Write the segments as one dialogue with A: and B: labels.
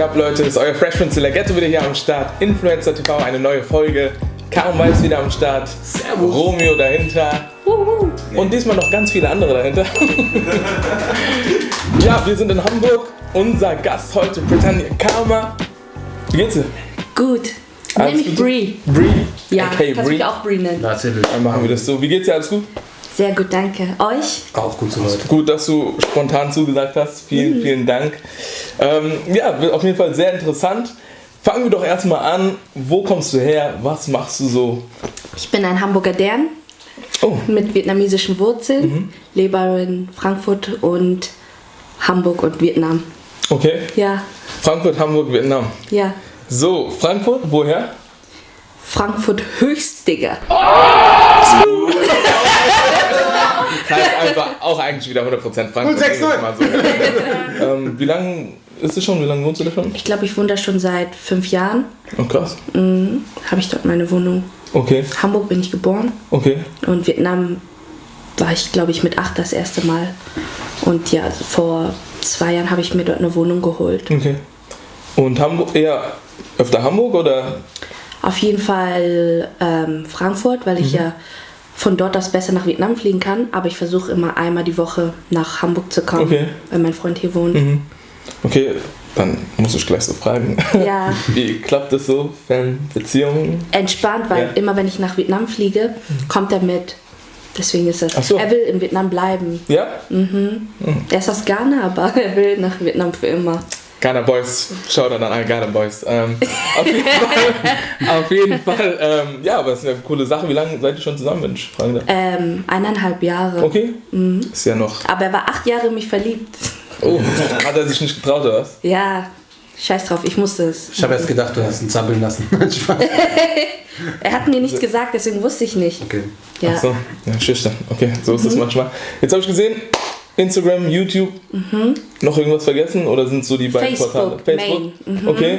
A: ab, Leute? Ist euer Freshman Selecto wieder hier am Start. Influencer TV, eine neue Folge. Caro Weiß wieder am Start.
B: Servus.
A: Romeo dahinter. Und diesmal noch ganz viele andere dahinter. ja, wir sind in Hamburg. Unser Gast heute, Britannia Karma. Wie geht's dir?
C: Gut.
A: Alles
C: Nenn mich
A: gut?
C: Brie.
A: Bree.
C: Ja,
A: okay,
C: kannst
A: Bree.
C: mich auch Brie nennen.
B: Natürlich.
A: Dann machen wir das so. Wie geht's dir? Alles gut?
C: Sehr gut, danke. Euch?
B: Auch gut so weit.
A: Gut, dass du spontan zugesagt hast.
C: Mhm.
A: Vielen, vielen Dank. Ähm, ja, wird auf jeden Fall sehr interessant. Fangen wir doch erstmal an. Wo kommst du her? Was machst du so?
C: Ich bin ein Hamburger Dern
A: Oh,
C: mit vietnamesischen Wurzeln,
A: Mhm.
C: lebe in Frankfurt und Hamburg und Vietnam.
A: okay.
C: Ja,
A: Frankfurt, Hamburg, Vietnam.
C: ja.
A: So, Frankfurt, woher?
C: Frankfurt höchst, Digga.
A: Das heißt einfach auch eigentlich wieder 100% Frankfurt.
B: 060.
A: Mal so. ähm, wie lange ist es schon? Wie lange wohnst du da schon?
C: Ich glaube, ich wohne da schon seit fünf Jahren.
A: Oh, krass.
C: Mhm. Habe ich dort meine Wohnung.
A: Okay,
C: Hamburg bin ich geboren
A: okay.
C: und Vietnam war ich, glaube ich, mit acht das erste Mal. Und ja, vor zwei Jahren habe ich mir dort eine Wohnung geholt.
A: Okay. Und Hamburg, eher öfter Hamburg oder?
C: Auf jeden Fall ähm, Frankfurt, weil ich
A: Mhm.
C: ja von dort aus besser nach Vietnam fliegen kann. Aber ich versuche immer einmal die Woche nach Hamburg zu kommen,
A: Okay. Mhm.
C: weil mein Freund hier wohnt.
A: Okay, dann muss ich gleich so fragen.
C: Ja,
A: Wie klappt das so? Fernbeziehungen?
C: entspannt, weil
A: Ja. Mhm.
C: immer wenn ich nach Vietnam fliege, kommt er mit. Deswegen ist das.
A: Ach so.
C: Er will in Vietnam bleiben.
A: Ja?
C: Er ist aus Ghana, aber er will nach Vietnam für immer.
A: Ghana Boys. Schau dann an alle Ghana Boys. Ähm, auf jeden Fall. auf jeden Fall ähm, ja, aber es ist eine coole Sache. Wie lange seid ihr schon zusammen, Mensch? Fragen da.
C: Ähm, eineinhalb Jahre.
A: Okay.
C: Mhm.
A: Ist ja noch.
C: Aber er war acht Jahre in mich verliebt.
A: Oh, hat er sich nicht getraut, oder was?
C: Ja, scheiß drauf, ich musste es.
B: Ich habe erst gedacht, du hast ihn zappeln lassen. Spaß.
C: Er hat mir nichts gesagt, deswegen wusste ich nicht.
B: okay.
C: Ja.
A: Also
C: Mhm.
A: Ach so, ja, schüchtern. Okay, so ist es manchmal. Jetzt habe ich gesehen, Instagram, YouTube. Noch irgendwas vergessen oder sind so die beiden
C: Mhm. Facebook,
A: Portale?
C: Main. Mhm.
A: Okay.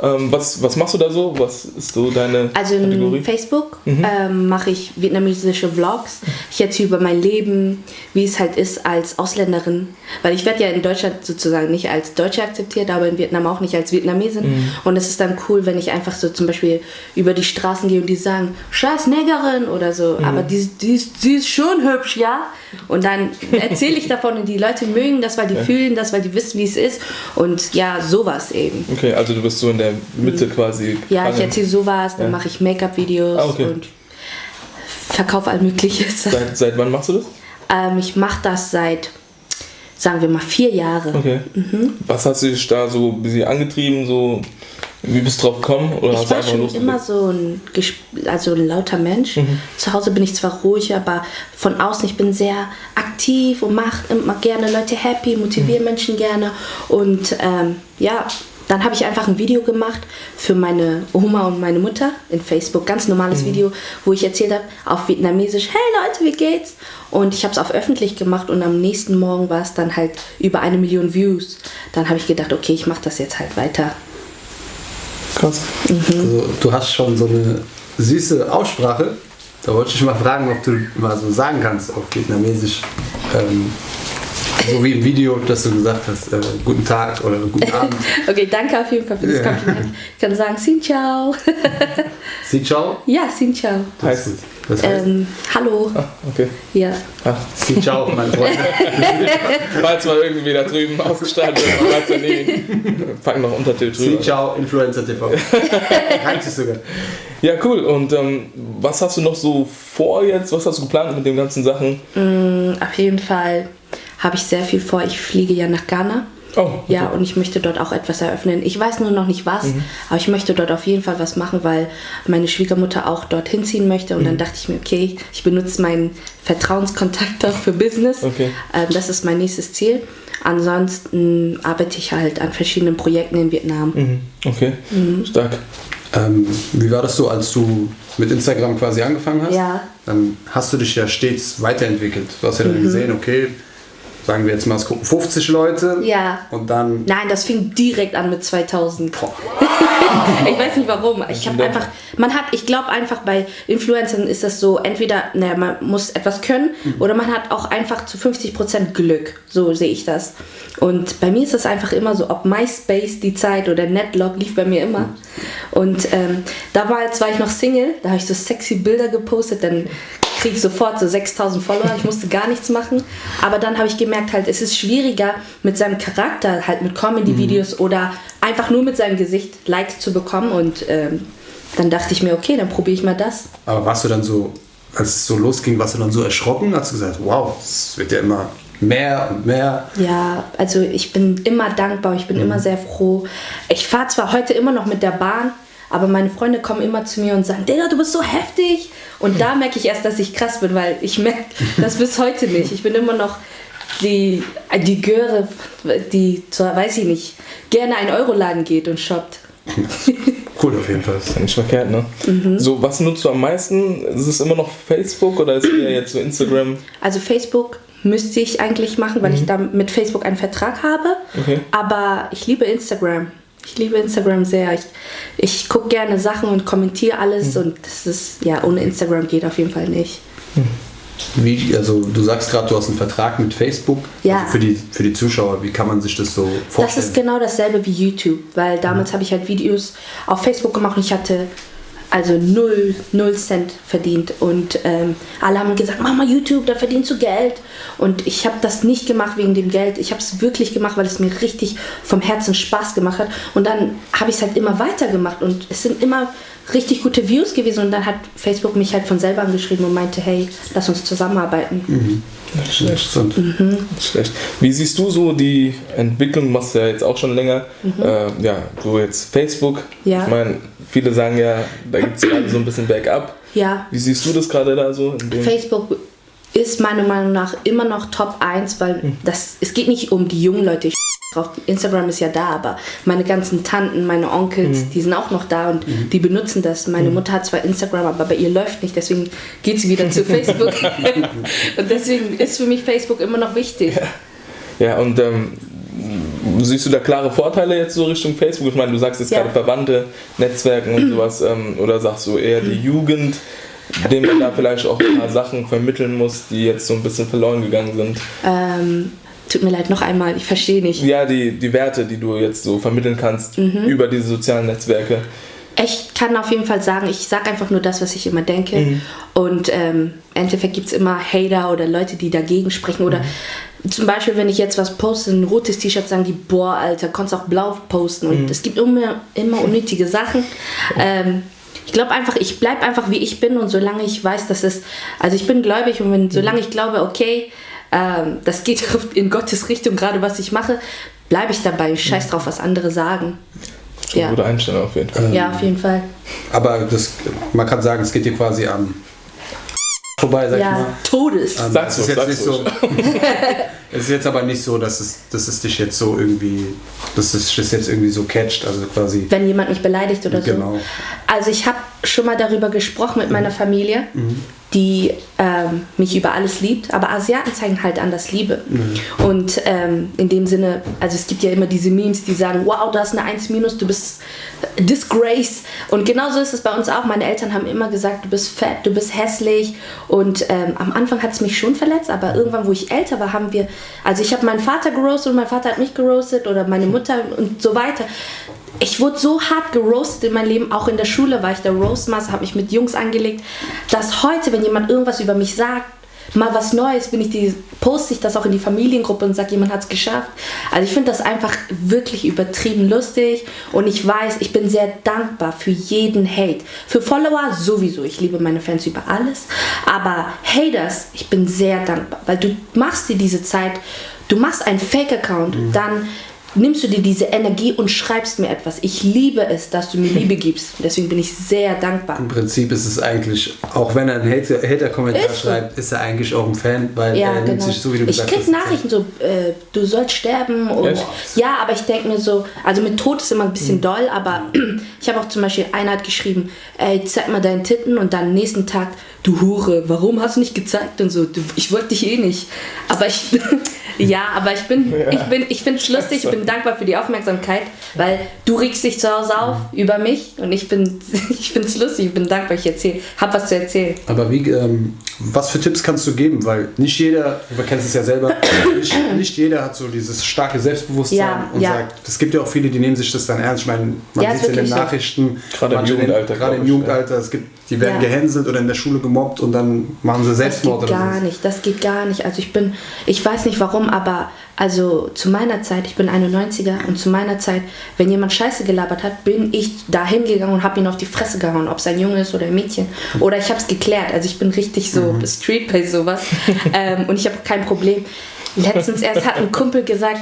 A: Ähm, was, was machst du da so? Was ist so deine
C: Also in
A: Kategorie?
C: Facebook ähm, mache ich vietnamesische Vlogs. Ich erzähle über mein Leben, wie es halt ist als Ausländerin. Weil ich werde ja in Deutschland sozusagen nicht als Deutsche akzeptiert, aber in Vietnam auch nicht als Vietnamesin. Und es ist dann cool, wenn ich einfach so zum Beispiel über die Straßen gehe und die sagen, scheiß Negerin oder so. Aber die, die, ist- die ist schon hübsch, ja? Und dann erzähle ich davon und die Leute mögen das, weil die fühlen das, weil die wissen, wie es ist. Und ja, sowas eben.
A: Okay, also du bist so in der Mitte quasi.
C: Mhm. Ja, ich
A: gefangen.
C: erzähle sowas, dann mache ich Make-up-Videos
A: Ah, okay.
C: und verkaufe all mögliche Sachen.
A: Seit, seit wann machst du das?
C: Ähm, ich mache das seit, sagen wir mal, vier Jahre.
A: Okay.
C: Mhm.
A: Was hast du dich da so ein bisschen angetrieben? So, wie bist du drauf gekommen? Oder hast
C: Ich
A: du
C: war
A: einfach
C: schon
A: losgelegt?
C: immer so ein, gesp- also ein lauter Mensch.
A: Mhm.
C: Zu Hause bin ich zwar ruhig, aber von außen, ich bin sehr aktiv und mache immer gerne Leute happy,
A: Mhm.
C: motiviere Menschen gerne. Und ähm, ja, dann habe ich einfach ein Video gemacht für meine Oma und meine Mutter in Facebook, ganz
A: Mhm.
C: normales Video, wo ich erzählt habe auf Vietnamesisch, hey Leute, wie geht's? Und ich habe es auf öffentlich gemacht und am nächsten Morgen war es dann halt über eine Million Views. Dann habe ich gedacht, okay, ich mache das jetzt halt weiter.
A: Krass.
B: Also, du hast schon so eine süße Aussprache. Da wollte ich mal fragen, ob du mal so sagen kannst auf Vietnamesisch. Ähm, so wie im Video, dass du gesagt hast, äh, guten Tag oder guten Abend.
C: Okay, danke auf jeden Fall für das
B: Ja.
C: Kompliment. Ich kann sagen, Xin Ciao.
B: Sie ciao.
C: ja, Xin Ciao.
A: Heißt
B: Das,
A: es.
B: das heißt,
C: Ähm, hallo.
A: Ah, okay.
C: Ja.
A: Ah.
B: Sie ciao, mein Freund.
A: Falls mal irgendwie da drüben ausgestrahlt wird, man weiß ja nie. Packen noch einen Untertitel
B: Sie
A: drüber.
B: ciao, Influencer TV. Reimt sich sogar.
A: Ja, cool. Und ähm, was hast du noch so vor jetzt? Was hast du geplant mit den ganzen Sachen?
C: Und Auf jeden Fall habe ich sehr viel vor. Ich fliege ja nach Ghana.
A: Oh,
C: Ja, und ich möchte dort auch etwas eröffnen. Ich weiß nur noch nicht was,
A: Mhm.
C: aber ich möchte dort auf jeden Fall was machen, weil meine Schwiegermutter auch dorthin ziehen möchte. Und
A: Mhm.
C: dann dachte ich mir, okay, ich benutze meinen Vertrauenskontakt auch für Business.
A: Okay.
C: Ähm, das ist mein nächstes Ziel. Ansonsten arbeite ich halt an verschiedenen Projekten in Vietnam.
A: Mhm. Okay, stark.
B: Ähm, wie war das so, als du mit Instagram quasi angefangen hast?
C: Ja. Mhm.
B: Dann hast du dich ja stets weiterentwickelt. Du hast ja dann gesehen, okay, sagen wir jetzt mal, es gucken 50 Leute.
C: Ja.
B: Und dann.
C: Nein, das fing direkt an mit 2000.
B: Boah.
C: ich weiß nicht warum. Ich habe einfach, man hat, ich glaube einfach bei Influencern ist das so, entweder naja, man muss etwas können oder man hat auch einfach zu 50% Glück. So sehe ich das. Und bei mir ist das einfach immer so, ob MySpace die Zeit oder Netlog lief bei mir immer. Und ähm, damals war ich noch Single, da habe ich so sexy Bilder gepostet, dann kriege ich sofort so 6000 Follower, ich musste gar nichts machen. Aber dann habe ich gemerkt, halt, es ist schwieriger mit seinem Charakter, halt mit Comedy-Videos oder einfach nur mit seinem Gesicht Likes zu bekommen. Und ähm, dann dachte ich mir, okay, dann probiere ich mal das.
B: Aber warst du dann so, als es so losging, warst du dann so erschrocken? Hast du gesagt, wow, es wird ja immer mehr und mehr.
C: Ja, also ich bin immer dankbar, ich bin immer sehr froh. Ich fahre zwar heute immer noch mit der Bahn, aber meine Freunde kommen immer zu mir und sagen, Digga, du bist so heftig. Und da merke ich erst, dass ich krass bin, weil ich merke das bis heute nicht. Ich bin immer noch die, die Göre, die, zwar weiß ich nicht, gerne einen Euroladen geht und shoppt.
B: Cool auf jeden Fall.
A: Ist ja nicht verkehrt, ne? So, was nutzt du am meisten? Ist es immer noch Facebook oder ist es eher jetzt so Instagram?
C: Also Facebook müsste ich eigentlich machen, weil ich da mit Facebook einen Vertrag habe.
A: Okay.
C: Aber ich liebe Instagram. Ich liebe Instagram sehr. Ich, ich gucke gerne Sachen und kommentiere alles und das ist, ja, ohne Instagram geht auf jeden Fall nicht.
B: Wie, also du sagst gerade, du hast einen Vertrag mit Facebook.
C: Ja.
B: Also für, die, für die Zuschauer, wie kann man sich das so vorstellen?
C: Das ist genau dasselbe wie YouTube, weil damals habe ich halt Videos auf Facebook gemacht und ich hatte also null, null Cent verdient. Und ähm, alle haben gesagt, mach mal YouTube, da verdienst du Geld. Und ich habe das nicht gemacht wegen dem Geld. Ich habe es wirklich gemacht, weil es mir richtig vom Herzen Spaß gemacht hat. Und dann habe ich es halt immer weitergemacht. Und es sind immer richtig gute Views gewesen. Und dann hat Facebook mich halt von selber angeschrieben und meinte, hey, lass uns zusammenarbeiten.
A: Nicht schlecht.
B: Interessant.
A: Nicht schlecht. Wie siehst du so die Entwicklung? Machst du ja jetzt auch schon länger. Äh, ja, so jetzt Facebook.
C: Ja.
A: Ich meine, viele sagen ja, da geht es gerade so ein bisschen bergab.
C: Ja.
A: Wie siehst du das gerade da so? In dem
C: Facebook ist meiner Meinung nach immer noch Top 1, weil das, es geht nicht um die jungen Leute. Ich drauf. Instagram ist ja da, aber meine ganzen Tanten, meine Onkels, die sind auch noch da und die benutzen das. Meine Mutter hat zwar Instagram, aber bei ihr läuft nicht, deswegen geht sie wieder zu Facebook. und deswegen ist für mich Facebook immer noch wichtig.
A: ja, und ähm, siehst du da klare Vorteile jetzt so Richtung Facebook? Ich meine, du sagst jetzt
C: Ja.
A: gerade Verwandte, Netzwerken und sowas. Ähm, oder sagst du eher die Jugend? dem man da vielleicht auch ein paar Sachen vermitteln muss, die jetzt so ein bisschen verloren gegangen sind.
C: Ähm, tut mir leid, noch einmal, ich verstehe nicht.
A: Ja, die, die Werte, die du jetzt so vermitteln kannst
C: Mhm.
A: über diese sozialen Netzwerke.
C: ich kann auf jeden Fall sagen, ich sage einfach nur das, was ich immer denke. Und ähm, im Endeffekt gibt es immer Hater oder Leute, die dagegen sprechen. Oder zum Beispiel, wenn ich jetzt was poste, ein rotes T-Shirt, sagen die, boah, Alter, konntest auch blau posten. Und es gibt immer, immer unnötige Sachen. Ähm, ich glaube einfach, ich bleibe einfach, wie ich bin. Und solange ich weiß, dass es, also ich bin gläubig und wenn, solange ich glaube, okay, ähm, das geht in Gottes Richtung, gerade was ich mache, bleibe ich dabei. Scheiß drauf, was andere sagen. Ja.
A: Gute Einstellung auf jeden Fall.
C: Ja, auf jeden Fall.
B: Aber das, man kann sagen, es geht dir quasi am vorbei, sag ich
C: Ja, Ah,
B: mal.
C: Todes.
B: Ähm,
A: Sag's
B: es ist
A: ruhig,
B: jetzt nicht so.
A: sag's
B: es ist jetzt aber nicht so, dass es, dass es dich jetzt so irgendwie, dass es dich jetzt irgendwie so catcht, also quasi.
C: wenn jemand mich beleidigt oder
B: Genau. Mhm.
C: so. Also ich habe schon mal darüber gesprochen mit meiner Familie, die ähm, mich über alles liebt, aber Asiaten zeigen halt anders Liebe.
B: Mhm.
C: Und ähm, in dem Sinne, also es gibt ja immer diese Memes, die sagen, wow, du hast eine 1 minus, du bist Disgrace. Und genauso ist es bei uns auch. Meine Eltern haben immer gesagt, du bist fett, du bist hässlich. Und ähm, am Anfang hat es mich schon verletzt, aber irgendwann, wo ich älter war, haben wir, also ich habe meinen Vater gerostet und mein Vater hat mich gerostet oder meine Mutter und so weiter. Ich wurde so hart gerostet in meinem Leben, auch in der Schule war ich der Roastmaster, habe mich mit Jungs angelegt, dass heute, wenn jemand irgendwas über mich sagt, mal was Neues, bin ich die, poste ich das auch in die Familiengruppe und sage, jemand hat es geschafft. Also ich finde das einfach wirklich übertrieben lustig und ich weiß, ich bin sehr dankbar für jeden Hate. Für Follower sowieso, ich liebe meine Fans über alles, aber Haters, ich bin sehr dankbar, weil du machst dir diese Zeit, du machst einen Fake-Account, dann nimmst du dir diese Energie und schreibst mir etwas. Ich liebe es, dass du mir Liebe gibst. Deswegen bin ich sehr dankbar.
B: Im Prinzip ist es eigentlich, auch wenn er einen Hater- Hater-Kommentar
C: Ist so.
B: schreibt, ist er eigentlich auch ein Fan, weil
C: Ja,
B: er nimmt
C: genau.
B: sich so, wie du
C: ich
B: gesagt
C: krieg
B: hast.
C: Nachrichten so, äh, du sollst sterben und
A: Echt?
C: ja, aber ich denke mir so, also mit Tod ist immer ein
B: Mhm.
C: bisschen doll, aber ich habe auch zum Beispiel einer hat geschrieben, ey, zeig mal deinen Titten und dann nächsten Tag, du Hure, warum hast du nicht gezeigt und so, du, ich wollte dich eh nicht, aber ich Ja, aber ich bin, ich bin, ich finde es lustig, ich bin dankbar für die Aufmerksamkeit, weil du regst dich zu Hause auf
B: Mhm.
C: über mich und ich bin, ich finde es lustig, ich bin dankbar, ich erzähle, hab was zu erzählen.
B: Aber wie, ähm, was für Tipps kannst du geben? Weil nicht jeder, du kennst es ja selber, nicht, nicht jeder hat so dieses starke Selbstbewusstsein
C: Ja,
B: und
C: ja.
B: sagt, es gibt ja auch viele, die nehmen sich das dann ernst. Ich meine, man
C: Ja, ist
B: sieht es in den
C: wirklich so.
B: Nachrichten,
A: Gerade im
B: manche nehmen-
A: Jugendalter,
B: gerade
A: glaub
B: im
A: ich,
B: Jugendalter, es gibt, die werden
C: Ja.
B: gehänselt oder in der Schule gemobbt und dann machen sie
C: Das geht
B: Selbstmord oder
C: gar
B: so.
C: nicht, das geht gar nicht. Also ich bin, ich weiß nicht warum, aber also zu meiner Zeit, ich bin 91er und zu meiner Zeit, wenn jemand Scheiße gelabert hat, bin ich da hingegangen und habe ihn auf die Fresse gehauen, ob es ein Junge ist oder ein Mädchen. Oder ich habe es geklärt. Also ich bin richtig so
B: Mhm.
C: street bei sowas ähm, und ich habe kein Problem. Letztens erst hat ein Kumpel gesagt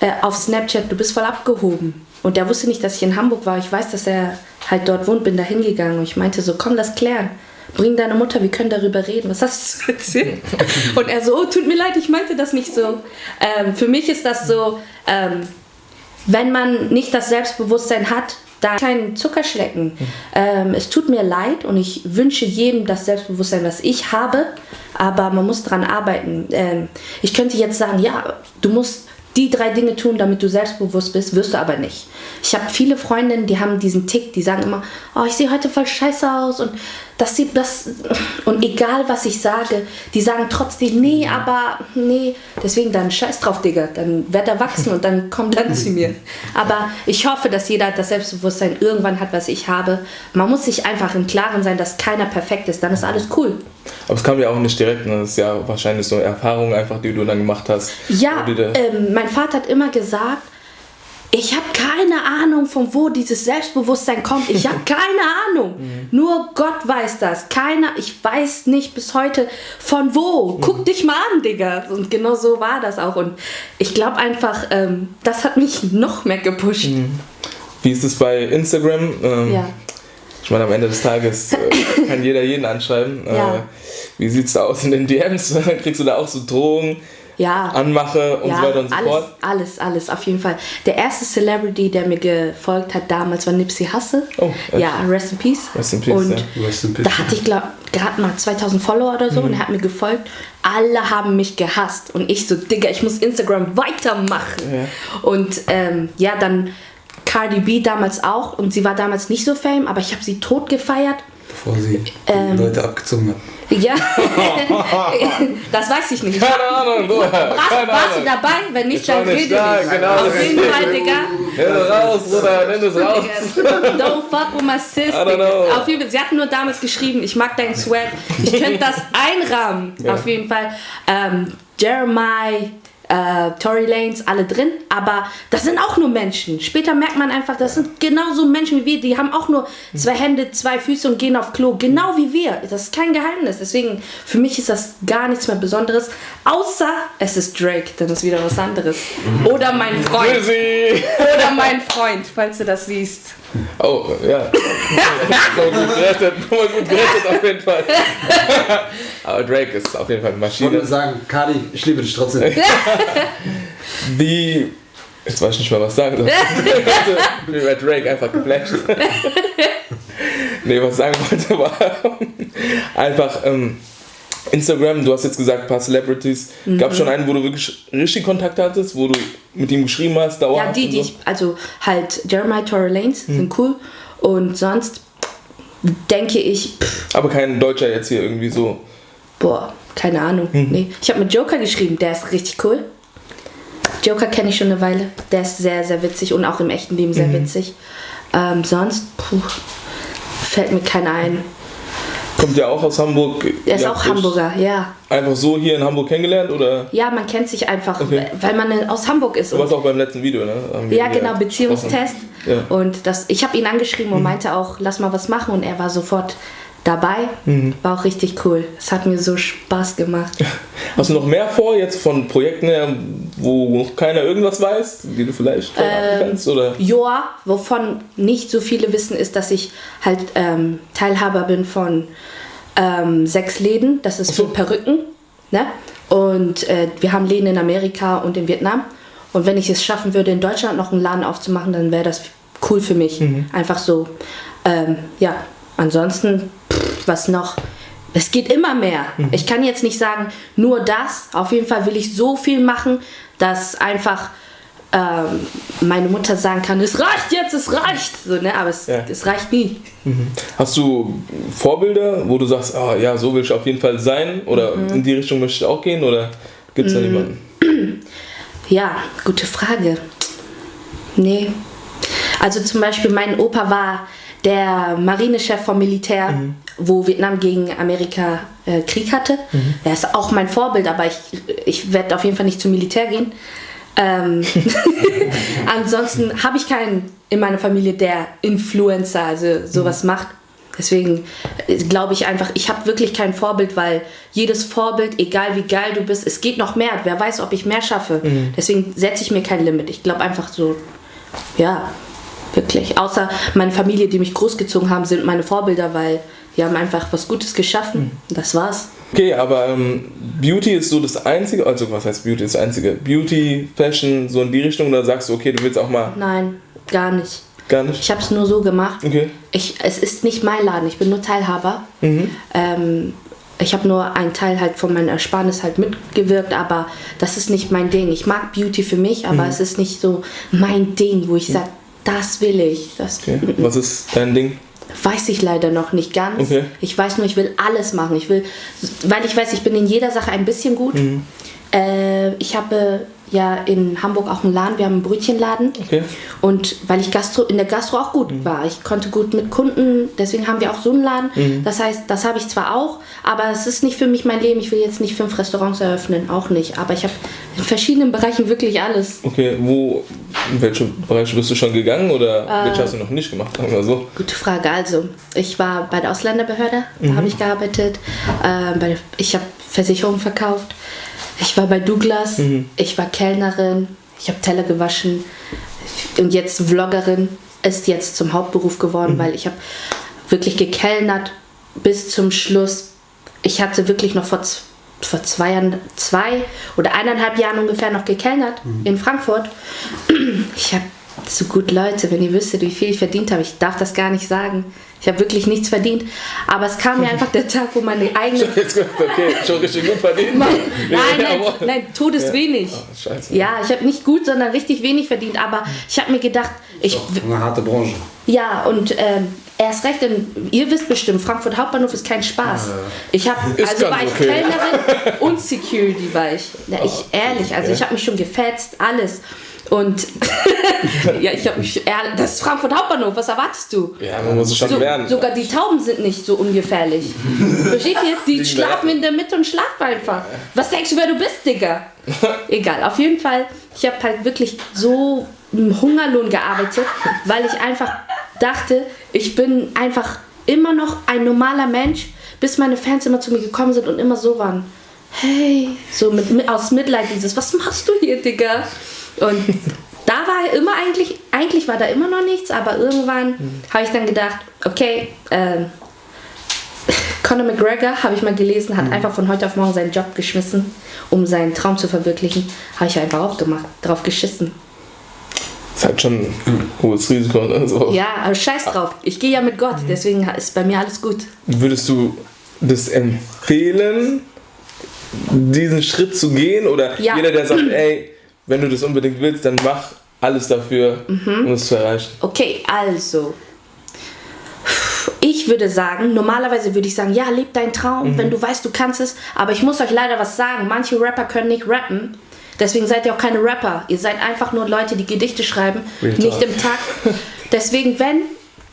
C: äh, auf Snapchat, du bist voll abgehoben. Und der wusste nicht, dass ich in Hamburg war. Ich weiß, dass er halt dort wohnt, bin da hingegangen. Und ich meinte so, komm, das klären. Bring deine Mutter, wir können darüber reden. Was hast du zu erzählen? Und er so, oh, tut mir leid, ich meinte das nicht so. Ähm, für mich ist das so, ähm, wenn man nicht das Selbstbewusstsein hat, da keinen Zuckerschlecken. Ähm, es tut mir leid und ich wünsche jedem das Selbstbewusstsein, was ich habe, aber man muss dran arbeiten. Ähm, ich könnte jetzt sagen, ja, du musst die drei Dinge tun, damit du selbstbewusst bist, wirst du aber nicht. Ich habe viele Freundinnen, die haben diesen Tick, die sagen immer, oh, ich sehe heute voll scheiße aus und das sieht das und egal was ich sage, die sagen trotzdem, nee, aber nee, deswegen dann scheiß drauf, Digga, dann werd erwachsen und dann komm dann zu mir. Aber ich hoffe, dass jeder das Selbstbewusstsein irgendwann hat, was ich habe. Man muss sich einfach im Klaren sein, dass keiner perfekt ist, dann ist alles cool.
A: Aber es kam ja auch nicht direkt, ne? das ist ja wahrscheinlich so eine Erfahrung einfach, die du dann gemacht hast.
C: Ja,
A: Wo du da-
C: ähm, mein Vater hat immer gesagt, ich habe keine Ahnung, von wo dieses Selbstbewusstsein kommt. Ich habe keine Ahnung.
A: Mhm.
C: Nur Gott weiß das. Keiner, ich weiß nicht bis heute von
A: Mhm.
C: wo. Guck dich mal an, Digga. Und genau so war das auch. Und ich glaube einfach, ähm, das hat mich noch mehr gepusht.
A: Mhm. Wie ist es bei Instagram? Ähm,
C: Ja.
A: Ich meine, am Ende des Tages äh, kann jeder jeden anschreiben. Äh,
C: Ja.
A: wie sieht es da aus in den DMs? Kriegst du da auch so Drohungen,
C: Ja.
A: Also Anmache und
C: ja,
A: so weiter und so
C: alles,
A: fort?
C: alles, alles, auf jeden Fall. Der erste Celebrity, der mir gefolgt hat damals, war Nipsey Hussle.
A: Oh, echt?
C: ja, Rest in Peace.
A: Rest in Peace,
C: und
A: ja. Mhm.
B: Rest in peace.
C: Da hatte ich, glaube gerade mal 2000 Follower oder so und er hat mir gefolgt. Alle haben mich gehasst und ich so, Digga, ich muss Instagram weitermachen. Und ähm, ja, dann Cardi B damals auch und sie war damals nicht so fame, aber ich habe sie tot gefeiert.
B: Bevor sie
C: Ähm.
B: die Leute abgezogen hat.
C: Ja, das weiß ich nicht.
A: Keine Ahnung, du.
C: Warst,
A: Keine
C: warst du
A: Ahnung.
C: dabei? Wenn nicht,
A: Ich war
C: dann
A: nicht
C: rede
A: da,
C: nicht.
A: genau,
C: Auf jeden
A: richtig.
C: Fall, Digga.
A: Nimm das raus, Bruder, nimm das raus.
C: Digga, Don't fuck with my sis.
A: don't know.
C: Digga. Auf jeden Fall. Sie hatten nur damals geschrieben, ich mag deinen Sweat. Ich könnte das einrahmen. Auf jeden Fall. Ähm, Jeremiah. Äh, Tory Lanes, alle drin, aber das sind auch nur Menschen. Später merkt man einfach, das sind genauso Menschen wie wir, die haben auch nur zwei Hände, zwei Füße und gehen auf Klo, genau wie wir. Das ist kein Geheimnis, deswegen für mich ist das gar nichts mehr Besonderes, außer es ist Drake, dann ist wieder was anderes. Oder mein Freund.
A: Grüßi.
C: Oder mein Freund, falls du das siehst.
A: Oh, ja. Nochmal gut gerettet, nochmal gut gerettet auf jeden Fall. Aber Drake ist auf jeden Fall eine
B: Ich wollte nur
A: Maschine.
B: sagen, Kadi, ich liebe dich trotzdem.
A: Die. Jetzt weiß ich nicht mehr, was ich sagen soll. Ich bin bei Drake einfach geflasht. nee, was ich sagen wollte, war einfach ähm, Instagram. Du hast jetzt gesagt, ein paar Celebrities.
C: Mhm.
A: Gab es schon einen, wo du wirklich richtig Kontakt hattest, wo du mit ihm geschrieben hast, dauerhaft?
C: Ja, die,
A: und
C: die
A: so?
C: ich, also halt Jeremiah Torre Lanes
A: Hm.
C: sind cool und sonst denke ich, pff,
A: Aber kein Deutscher jetzt hier irgendwie so.
C: boah, keine Ahnung.
A: Hm.
C: Nee. Ich habe mit Joker geschrieben, der ist richtig cool. Joker kenne ich schon eine Weile. Der ist sehr, sehr witzig und auch im echten Leben
A: Mhm.
C: sehr witzig. Ähm, sonst, puh, fällt mir keiner ein.
A: Kommt ja auch aus Hamburg.
C: Der ist
A: Ja,
C: auch
A: ich-
C: Hamburger, ja.
A: Einfach so hier in Hamburg kennengelernt oder?
C: Ja, man kennt sich einfach,
A: Okay.
C: weil man aus Hamburg ist.
A: Du
C: und-
A: warst auch beim letzten Video, ne? Haben wir
C: Ja,
A: hier
C: genau,
A: gesprochen.
C: Beziehungstest.
A: Ja. Mhm.
C: Und das, ich habe ihn angeschrieben und meinte auch, lass mal was machen. Und er war sofort dabei.
A: Mhm.
C: War auch richtig cool. Es hat mir so Spaß gemacht.
A: Hast du noch mehr vor jetzt von Projekten her, wo noch keiner irgendwas weiß, die du vielleicht verraten kannst? Oder?
C: Joa, wovon nicht so viele wissen, ist, dass ich halt ähm, Teilhaber bin von ähm, sechs Läden. Das ist für Perücken. Ne? Und äh, wir haben Läden in Amerika und in Vietnam. Und wenn ich es schaffen würde, in Deutschland noch einen Laden aufzumachen, dann wäre das cool für mich. Einfach so. Ähm, ja, ansonsten, pff, was noch? Es geht immer mehr. Ich kann jetzt nicht sagen, nur das. Auf jeden Fall will ich so viel machen, dass einfach ähm, meine Mutter sagen kann, es reicht jetzt, es reicht. So, ne? Aber es,
A: Ja.
C: es reicht nie.
A: Hast du Vorbilder, wo du sagst, ah ja, so will ich auf jeden Fall sein oder in die Richtung möchte ich auch gehen oder gibt es da jemanden?
C: Ja, gute Frage. Nee. Also zum Beispiel mein Opa war der Marinechef vom Militär, wo Vietnam gegen Amerika äh, Krieg hatte. Er ist auch mein Vorbild, aber ich, ich werde auf jeden Fall nicht zum Militär gehen. Ähm, ansonsten habe ich keinen in meiner Familie, der Influencer, also sowas macht. Deswegen äh, glaube ich einfach, ich habe wirklich kein Vorbild, weil jedes Vorbild, egal wie geil du bist, es geht noch mehr. Wer weiß, ob ich mehr schaffe. Deswegen setze ich mir kein Limit. Ich glaube einfach so, ja, wirklich. Außer meine Familie, die mich großgezogen haben, sind meine Vorbilder, weil die haben einfach was Gutes geschaffen. Das war's.
A: Okay, aber ähm, Beauty ist so das Einzige, also was heißt Beauty ist das Einzige? Beauty, Fashion, so in die Richtung oder sagst du, okay, du willst auch mal
C: Nein, gar nicht.
A: gar nicht?
C: Ich habe es nur so gemacht.
A: Okay. Mhm.
C: Ich, es ist nicht mein Laden, ich bin nur Teilhaber. Ähm, ich habe nur einen Teil halt von meinem Ersparnis halt mitgewirkt, aber das ist nicht mein Ding. Ich mag Beauty für mich,
A: Mhm.
C: aber es ist nicht so mein Ding, wo ich sage, das will ich. Das
A: okay. Was ist dein Ding?
C: weiß ich leider noch nicht ganz.
A: Okay.
C: Ich weiß nur, ich will alles machen. Ich will, weil ich weiß, ich bin in jeder Sache ein bisschen gut.
A: Mhm.
C: Äh, ich habe ja in Hamburg auch einen Laden, wir haben einen Brötchenladen.
A: Okay. Mhm.
C: Und weil ich Gastro, in der Gastro auch gut war, ich konnte gut mit Kunden, deswegen haben wir auch so einen Laden.
A: Mhm.
C: Das heißt, das habe ich zwar auch, aber es ist nicht für mich mein Leben. Ich will jetzt nicht fünf Restaurants eröffnen, auch nicht. Aber ich habe in verschiedenen Bereichen wirklich alles.
A: Okay, wo, in welche Bereiche bist du schon gegangen oder welche hast du noch nicht gemacht? Sagen wir so.
C: Gute Frage. Also, ich war bei der Ausländerbehörde, da habe ich gearbeitet. Äh, bei, ich habe Versicherungen verkauft. Ich war bei Douglas. Ich war Kellnerin. Ich habe Teller gewaschen. Und jetzt Vloggerin ist jetzt zum Hauptberuf geworden, weil ich habe wirklich gekellnert bis zum Schluss. Ich hatte wirklich noch vor, z- vor zwei, Jahren, zwei oder eineinhalb Jahren ungefähr noch gekellnert in Frankfurt. Ich habe so gut Leute, wenn ihr wüsstet, wie viel ich verdient habe, ich darf das gar nicht sagen. Ich habe wirklich nichts verdient. Aber es kam mir einfach der Tag, wo meine eigene.
A: Jetzt gut, okay, schon richtig gut verdient.
C: Nein,
A: Ja,
C: nein,
A: aber-
C: nein, todeswenig.
A: Ah, scheiße.
C: Ja, ich habe nicht gut, sondern richtig wenig verdient. Aber ich habe mir gedacht, ich,
B: Doch, eine harte Branche.
C: ja, und ähm, erst recht, denn ihr wisst bestimmt, Frankfurt Hauptbahnhof ist kein Spaß. Ich habe,
A: Ist
C: also
A: ganz
C: war ich
A: okay.
C: Kellnerin und Security war ich. Na, ich ehrlich, also ich habe mich schon gefetzt, alles. Und ja, ich habe mich, ehrlich- das ist Frankfurt Hauptbahnhof, was erwartest du?
A: Ja, man muss es schon
C: So,
A: lernen.
C: sogar die Tauben sind nicht so ungefährlich. Versteht ihr? Die schlafen in der Mitte und schlafen einfach. Was denkst du, wer du bist, Digga? Egal, auf jeden Fall, ich habe halt wirklich so im Hungerlohn gearbeitet, weil ich einfach dachte, ich bin einfach immer noch ein normaler Mensch, bis meine Fans immer zu mir gekommen sind und immer so waren. Hey, so mit, mit, aus Mitleid dieses, was machst du hier, Digga? Und da war immer eigentlich, eigentlich war da immer noch nichts, aber irgendwann habe ich dann gedacht, okay, ähm, Conor McGregor, habe ich mal gelesen, hat einfach von heute auf morgen seinen Job geschmissen, um seinen Traum zu verwirklichen. Habe ich einfach auch gemacht, drauf geschissen.
A: Ist halt schon ein hohes Risiko. Ne? So.
C: Ja, aber scheiß drauf. Ich gehe ja mit Gott, deswegen ist bei mir alles gut.
A: Würdest du das empfehlen, diesen Schritt zu gehen? Oder
C: Ja.
A: jeder, der sagt, ey, wenn du das unbedingt willst, dann mach alles dafür,
C: Mhm.
A: um es zu erreichen.
C: Okay, also. Ich würde sagen, normalerweise würde ich sagen, ja, leb deinen Traum, wenn du weißt, du kannst es. Aber ich muss euch leider was sagen. Manche Rapper können nicht rappen. Deswegen seid ihr auch keine Rapper. Ihr seid einfach nur Leute, die Gedichte schreiben,
A: Real
C: nicht
A: talk.
C: im Takt. Deswegen, wenn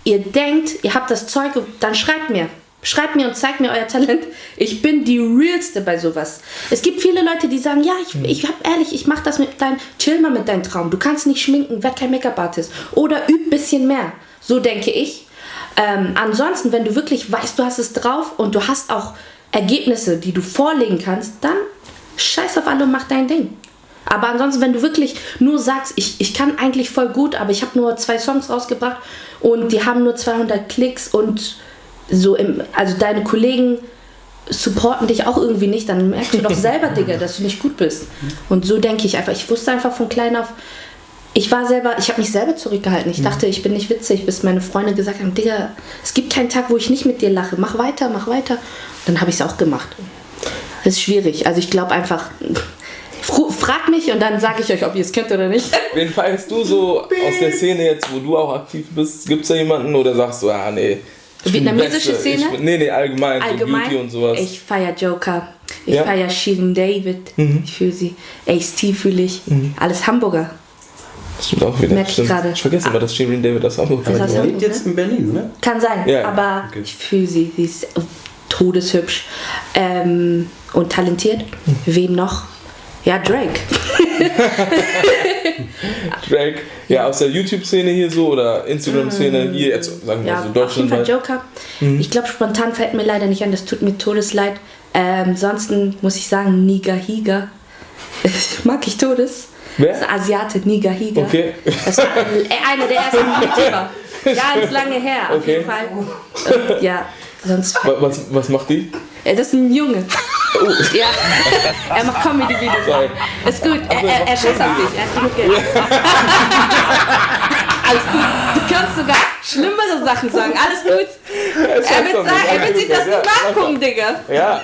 C: ihr denkt, ihr habt das Zeug, dann schreibt mir. Schreibt mir und zeigt mir euer Talent. Ich bin die Realste bei sowas. Es gibt viele Leute, die sagen, ja, ich, ich hab ehrlich, ich mach das mit deinem, chill mal mit deinem Traum. Du kannst nicht schminken, werd kein Make-up-Artist. Oder üb bisschen mehr. So denke ich. Ähm, ansonsten, wenn du wirklich weißt, du hast es drauf und du hast auch Ergebnisse, die du vorlegen kannst, dann scheiß auf alle und mach dein Ding. Aber ansonsten, wenn du wirklich nur sagst, ich, ich kann eigentlich voll gut, aber ich habe nur zwei Songs rausgebracht und die haben nur 200 Klicks und so, im, also deine Kollegen supporten dich auch irgendwie nicht, dann merkst du doch selber, Digga, dass du nicht gut bist. Und so denke ich einfach. Ich wusste einfach von klein auf, ich war selber, ich habe mich selber zurückgehalten. Ich dachte, ich bin nicht witzig, bis meine Freunde gesagt haben, Digga, es gibt keinen Tag, wo ich nicht mit dir lache. Mach weiter, mach weiter. Dann habe ich es auch gemacht. Das ist schwierig. Also ich glaube einfach, fru- frag mich und dann sage ich euch, ob ihr es kennt oder nicht.
A: Wen feierst du so aus der Szene jetzt, wo du auch aktiv bist? Gibt es da jemanden oder sagst du, ah nee. ich bin die
C: Vietnamesische
A: Beste, ich
C: Szene?
A: bin- nee, nee, allgemein,
C: Allgemein,
A: so Beauty und sowas.
C: ich feier Joker. Ich
A: Ja. Mhm.
C: feier Shirin David. Ich fühle sie. Ace-T fühle ich. Alles Hamburger.
A: Stimmt auch wieder.
C: Merk ich
A: Stimmt.
C: gerade. Ah.
A: Ich vergesse immer, dass Shirin David das auch noch
C: Das hast
B: Sie
C: du-
B: lebt jetzt in Berlin, ne?
C: Kann sein,
A: Ja, ja.
C: aber
B: Okay.
C: ich fühle sie. Sie ist todeshübsch ähm, und talentiert.
A: Mhm.
C: Wen noch? Ja, Drake.
A: Drake. Ja, aus der YouTube-Szene hier so oder Instagram-Szene hier, jetzt sagen wir
C: Mm. Ja,
A: mal so
C: auf jeden
A: Also Deutschland. halt. Mhm.
C: Fall Joker. Ich glaube, spontan fällt mir leider nicht an. Das tut mir todesleid. Ähm, ansonsten muss ich sagen, Niga Higa. Mag ich Todes.
A: Wer?
C: Das ist ein Asiate, Niga Higa.
A: Okay.
C: Das war ein- äh, einer der ersten YouTuber. Ganz lange her, auf
A: Okay.
C: jeden Fall. Und, ja, sonst
A: Wa- Was, was macht die?
C: Äh, Das ist ein Junge. Ja. er macht Comedy-Videos.
A: Oh. Sorry.
C: Ist gut. Er, er, er scheißt auf dich. Er hat genug Geld. Alles gut. Du kannst sogar schlimmere Sachen sagen. Alles gut. Er
A: scheißt auf
C: wird, sagen,
A: mich.
C: er wird sich das
A: Ja,
C: nicht angucken, Digga.
A: Ja.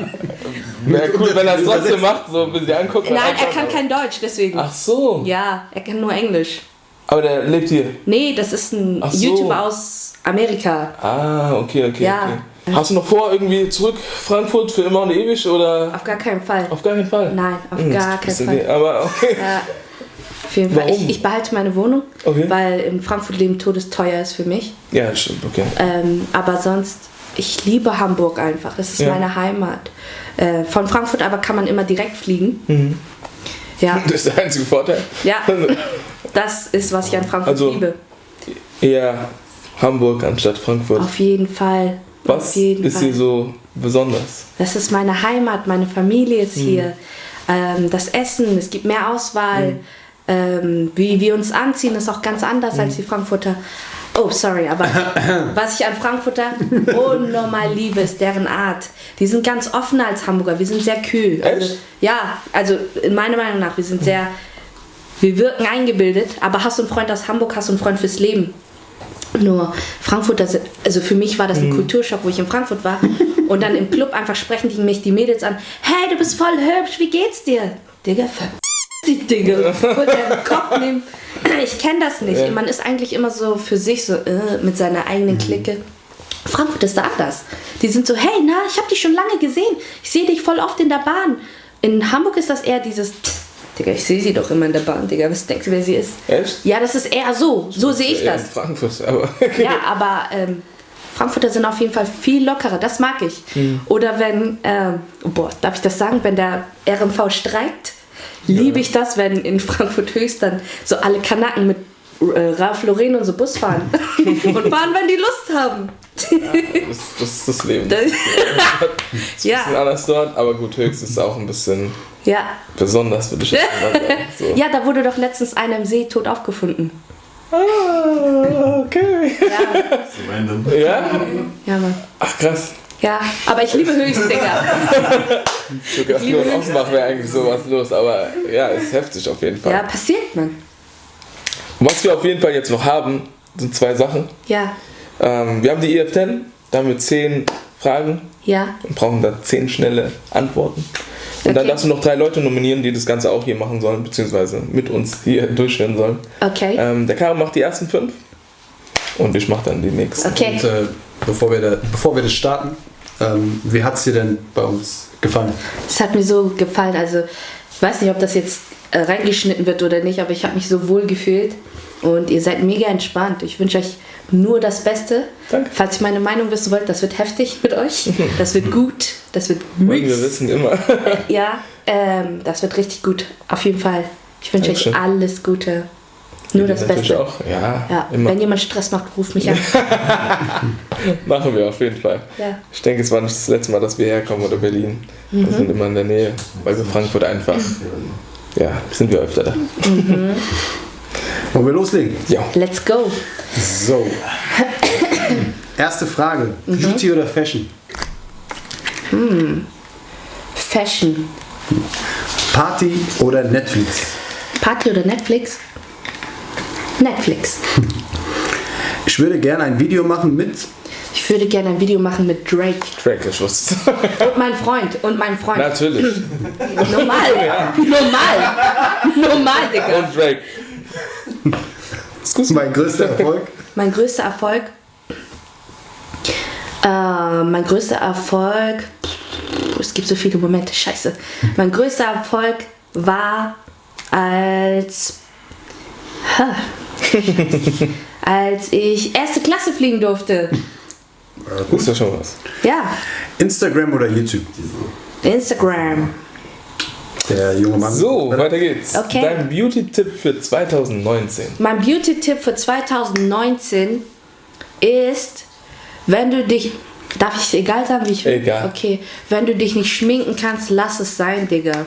A: Wäre cool, wenn er es trotzdem macht, so ein bisschen anguckt.
C: Nein, er kann kein Deutsch, deswegen.
A: Ach so.
C: Ja, er kann nur Englisch.
A: Aber der lebt hier.
C: Nee, das ist ein
A: Ach so.
C: YouTuber aus Amerika.
A: Ah, okay, okay,
C: Ja.
A: okay. Hast du noch vor, irgendwie zurück Frankfurt für immer und ewig oder
C: Auf gar keinen Fall.
A: auf gar keinen Fall?
C: Nein, auf
A: Hm,
C: gar
A: das ist
C: keinen
A: okay.
C: Fall.
A: Aber okay.
C: Ja. Auf jeden Fall.
A: Warum?
C: Ich, ich behalte meine Wohnung,
A: Okay.
C: weil in Frankfurt leben todesteuer ist für mich.
A: Ja, stimmt, okay.
C: Ähm, aber sonst, ich liebe Hamburg einfach. Das ist
A: Ja.
C: meine Heimat. Äh, von Frankfurt aber kann man immer direkt fliegen.
A: Mhm.
C: Ja,
A: Das ist der einzige Vorteil.
C: ja. Das ist, was ich an Frankfurt
A: Also-
C: liebe.
A: Eher Hamburg anstatt Frankfurt.
C: Auf jeden Fall.
A: Was
C: Auf jeden
A: ist
C: Fall.
A: hier so besonders?
C: Das ist meine Heimat, meine Familie ist hier. Ähm, das Essen, es gibt mehr Auswahl. Ähm, wie wir uns anziehen, ist auch ganz anders als die Frankfurter. Oh, sorry, aber was ich an Frankfurter unnormal liebe, ist deren Art. Die sind ganz offen als Hamburger. Wir sind sehr kühl. Also,
A: Echt?
C: ja, also in meiner Meinung nach, wir sind sehr, wir wirken eingebildet, aber hast du einen Freund aus Hamburg, hast du einen Freund fürs Leben. Nur Frankfurt, das, also für mich war das
A: Mhm.
C: ein Kulturschock, wo ich in Frankfurt war. Und dann im Club einfach sprechen die mich die Mädels an. Hey, du bist voll hübsch, wie geht's dir? Digga, ver die Digga. Wollt ihr den Kopf nehmen? Ich kenne das nicht.
A: Ja. Mhm.
C: Man ist eigentlich immer so für sich, so äh, mit seiner eigenen Clique. Frankfurt ist da anders. Die sind so, hey, na, ich habe dich schon lange gesehen. Ich sehe dich voll oft in der Bahn. In Hamburg ist das eher dieses, "Psst, Digga, ich sehe sie doch immer in der Bahn, Digga. Was denkst du, wer sie ist?
A: Echt?
C: Ja, das ist eher so. So sehe ich
A: Eher
C: das.
A: in Frankfurt, aber.
C: Ja, aber ähm, Frankfurter sind auf jeden Fall viel lockerer, das mag ich. Oder wenn, ähm, boah, darf ich das sagen, wenn der RMV streikt, liebe ich das, wenn in Frankfurt höchst dann so alle Kanaken mit äh, Ralf Loren und so Bus fahren. und fahren, wenn die Lust haben.
A: Das, das ist das Leben. Das
C: Das-
A: ist ein bisschen
C: ja,
A: anders dort, aber gut, höchstens auch ein bisschen
C: ja.
A: besonders, würde ich jetzt mal sagen. So.
C: Ja, da wurde doch letztens einer im See tot aufgefunden.
A: Ah, okay.
C: Ja,
D: Random.
A: Ja?
C: ja, Mann.
A: Ach krass.
C: Ja, aber ich liebe höchst, Digga.
A: Sogar
C: liebe
A: nur in Offenbach wäre eigentlich sowas los, aber ja, ist heftig auf jeden Fall.
C: Ja, passiert, man.
A: Was wir auf jeden Fall jetzt noch haben, sind zwei Sachen.
C: Ja,
A: Ähm, wir haben die EF10, da haben wir 10 Fragen
C: ja.
A: und brauchen da 10 schnelle Antworten. Und dann
C: Okay.
A: darfst du noch drei Leute nominieren, die das Ganze auch hier machen sollen, beziehungsweise mit uns hier durchführen sollen.
C: Okay.
A: Ähm, der Karo macht die ersten fünf und ich mache dann die nächsten.
C: Okay.
B: Und äh, bevor, wir da, bevor wir das starten, ähm, wie hat es dir denn bei uns gefallen?
C: Es hat mir so gefallen. Also, ich weiß nicht, ob das jetzt äh, reingeschnitten wird oder nicht, aber ich habe mich so wohl gefühlt. Und ihr seid mega entspannt. Ich wünsche euch nur das Beste.
A: Danke.
C: Falls ihr meine Meinung wissen wollt, das wird heftig mit euch. Das wird gut. Das wird
A: Wollen wir
C: mies.
A: wissen immer.
C: Ja, ähm, das wird richtig gut. Auf jeden Fall. Ich wünsche euch
A: Dankeschön.
C: alles Gute. Nur das
A: Natürlich
C: Beste.
A: Auch. Ja,
C: Ja,
A: immer.
C: wenn jemand Stress macht, ruft mich an.
A: Machen wir auf jeden Fall.
C: Ja. Mhm.
A: Ich denke, es war nicht das letzte Mal, dass wir herkommen oder Berlin. Wir sind immer in der Nähe, weil wir Frankfurt einfach. Ja, sind wir öfter da.
B: Wollen wir loslegen?
A: Ja.
C: Let's go.
B: So. Mhm. Erste Frage: Beauty oder Fashion?
C: Fashion.
B: Party oder Netflix?
C: Party oder Netflix? Netflix.
B: Ich würde gerne ein Video machen mit.
C: Ich würde gerne ein Video machen mit Drake.
A: Drake, ich wusste es.
C: Und mein Freund. Und mein Freund.
A: Natürlich.
C: Normal. Normal. Normal, Digga.
A: Und Drake. Excuse me.
B: Mein größter Erfolg.
C: Mein größter Erfolg. Äh, mein größter Erfolg. Puh, Es gibt so viele Momente, scheiße. Mein größter Erfolg war als. Ha. als ich erste Klasse fliegen durfte.
A: Das ist ja schon was.
C: Ja,
B: Instagram oder YouTube?
C: Instagram.
B: Der junge Mann.
A: So, weiter geht's.
C: Okay.
A: Dein Beauty-Tipp für 2019.
C: Mein Beauty-Tipp für 2019 ist, wenn du dich. Darf ich es egal sagen, wie ich will?
A: Egal.
C: Okay. Wenn du dich nicht schminken kannst, lass es sein, Digga.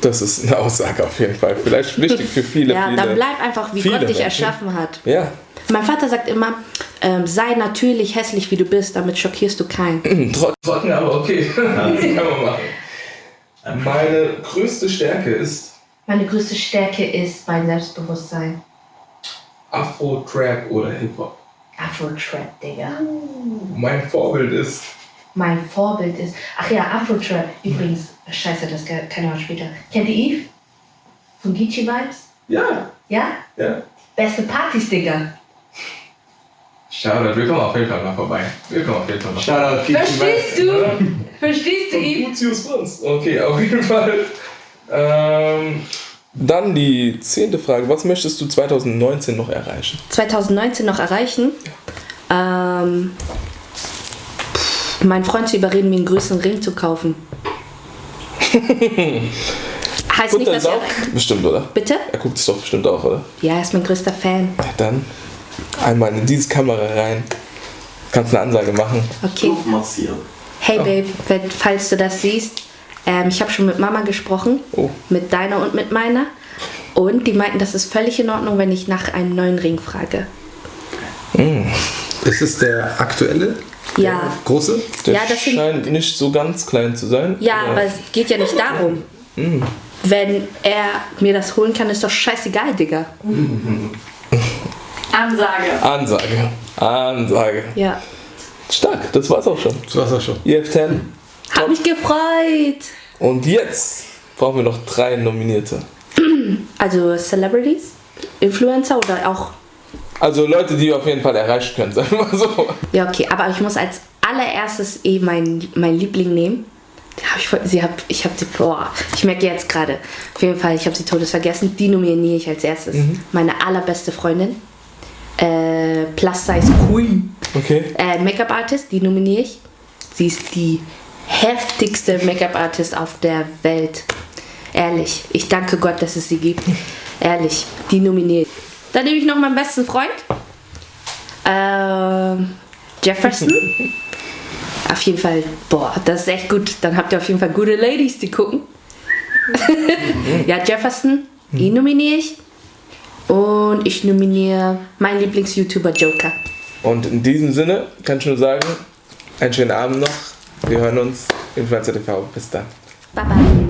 A: Das ist eine Aussage auf jeden Fall. Vielleicht wichtig für viele.
C: Ja,
A: viele.
C: dann bleib einfach, wie
A: viele
C: Gott dich
A: Menschen.
C: erschaffen hat.
A: Ja,
C: Mein Vater sagt immer, ähm, sei natürlich hässlich, wie du bist, damit schockierst du keinen.
A: trocken, aber okay. Das kann man machen. Meine größte Stärke ist
C: Meine größte Stärke ist mein Selbstbewusstsein.
A: Afro-Trap oder Hip-Hop.
C: Afro-Trap, Digga.
A: Mein Vorbild ist
D: mein Vorbild ist. Ach ja, Afro-Trap. Übrigens, scheiße, das kann keine Ahnung später. Kennt ihr Eve? Von Geechee Vibes?
A: ja,
D: Ja?
A: ja.
D: Beste Partys, Digga.
A: Shoutout, wir kommen auf jeden Fall mal vorbei. Wir kommen auf jeden Fall mal vorbei.
B: Shoutout, Kitty
D: Verstehst du? Verstehst du, Eve?
A: Lucius Franz. Okay, auf jeden Fall. Ähm, dann die zehnte Frage. Was möchtest du 2019 noch erreichen?
C: 2019 noch erreichen. Ähm, pff, meinen Freund zu überreden, mir einen größeren Ring zu kaufen. heißt nicht,
A: Guckt er
C: dass
A: es
C: er.
A: auch? Bestimmt, oder?
C: Bitte?
A: Er guckt es doch bestimmt auch, oder?
C: Ja, er ist mein größter Fan.
A: Ja, dann einmal in diese Kamera rein. Kannst eine Ansage machen.
C: Okay. Hey Babe, wenn, falls du das siehst, ähm, ich habe schon mit Mama gesprochen.
A: Oh.
C: Mit deiner und mit meiner. Und die meinten, das ist völlig in Ordnung, wenn ich nach einem neuen Ring frage.
B: Ist es der aktuelle?
C: Ja.
B: Große?
A: Der
C: Ja, das sind-
A: scheint nicht so ganz klein zu sein. Äh,
C: Ja, aber es geht ja nicht darum. Wenn er mir das holen kann, ist doch scheißegal, Digga.
D: Ansage.
A: Ansage. Ansage.
C: Ja.
A: Stark, das war's auch schon. E
B: Das war's auch schon.
A: EF10.
C: Hab mich gefreut.
A: Und jetzt brauchen wir noch drei Nominierte.
C: Also Celebrities, Influencer oder auch.
A: Also Leute, die ihr auf jeden Fall erreichen könnt, sagen wir mal so.
C: Ja, okay, aber ich muss als allererstes eh meinen mein Liebling nehmen. Da hab ich, voll- sie hab, ich hab sie, boah, ich merke jetzt gerade. Auf jeden Fall, ich habe sie todes vergessen. Die nominiere ich als erstes. Meine allerbeste Freundin. Äh, Plus Size Queen.
A: Okay.
C: Äh, Make-up-Artist, die nominiere ich. Sie ist die heftigste Make-up-Artist auf der Welt. Ehrlich, ich danke Gott, dass es sie gibt. Ehrlich, die nominiere ich. Dann nehme ich noch meinen besten Freund. Ähm, Jefferson. auf jeden Fall, boah, das ist echt gut. Dann habt ihr auf jeden Fall gute Ladies, die gucken. ja, Jefferson, ihn nominiere ich. Und ich nominiere meinen Lieblings-YouTuber Joker.
A: Und in diesem Sinne kann ich nur sagen, einen schönen Abend noch. Wir hören uns. Influencer TV. Bis dann.
C: Bye bye.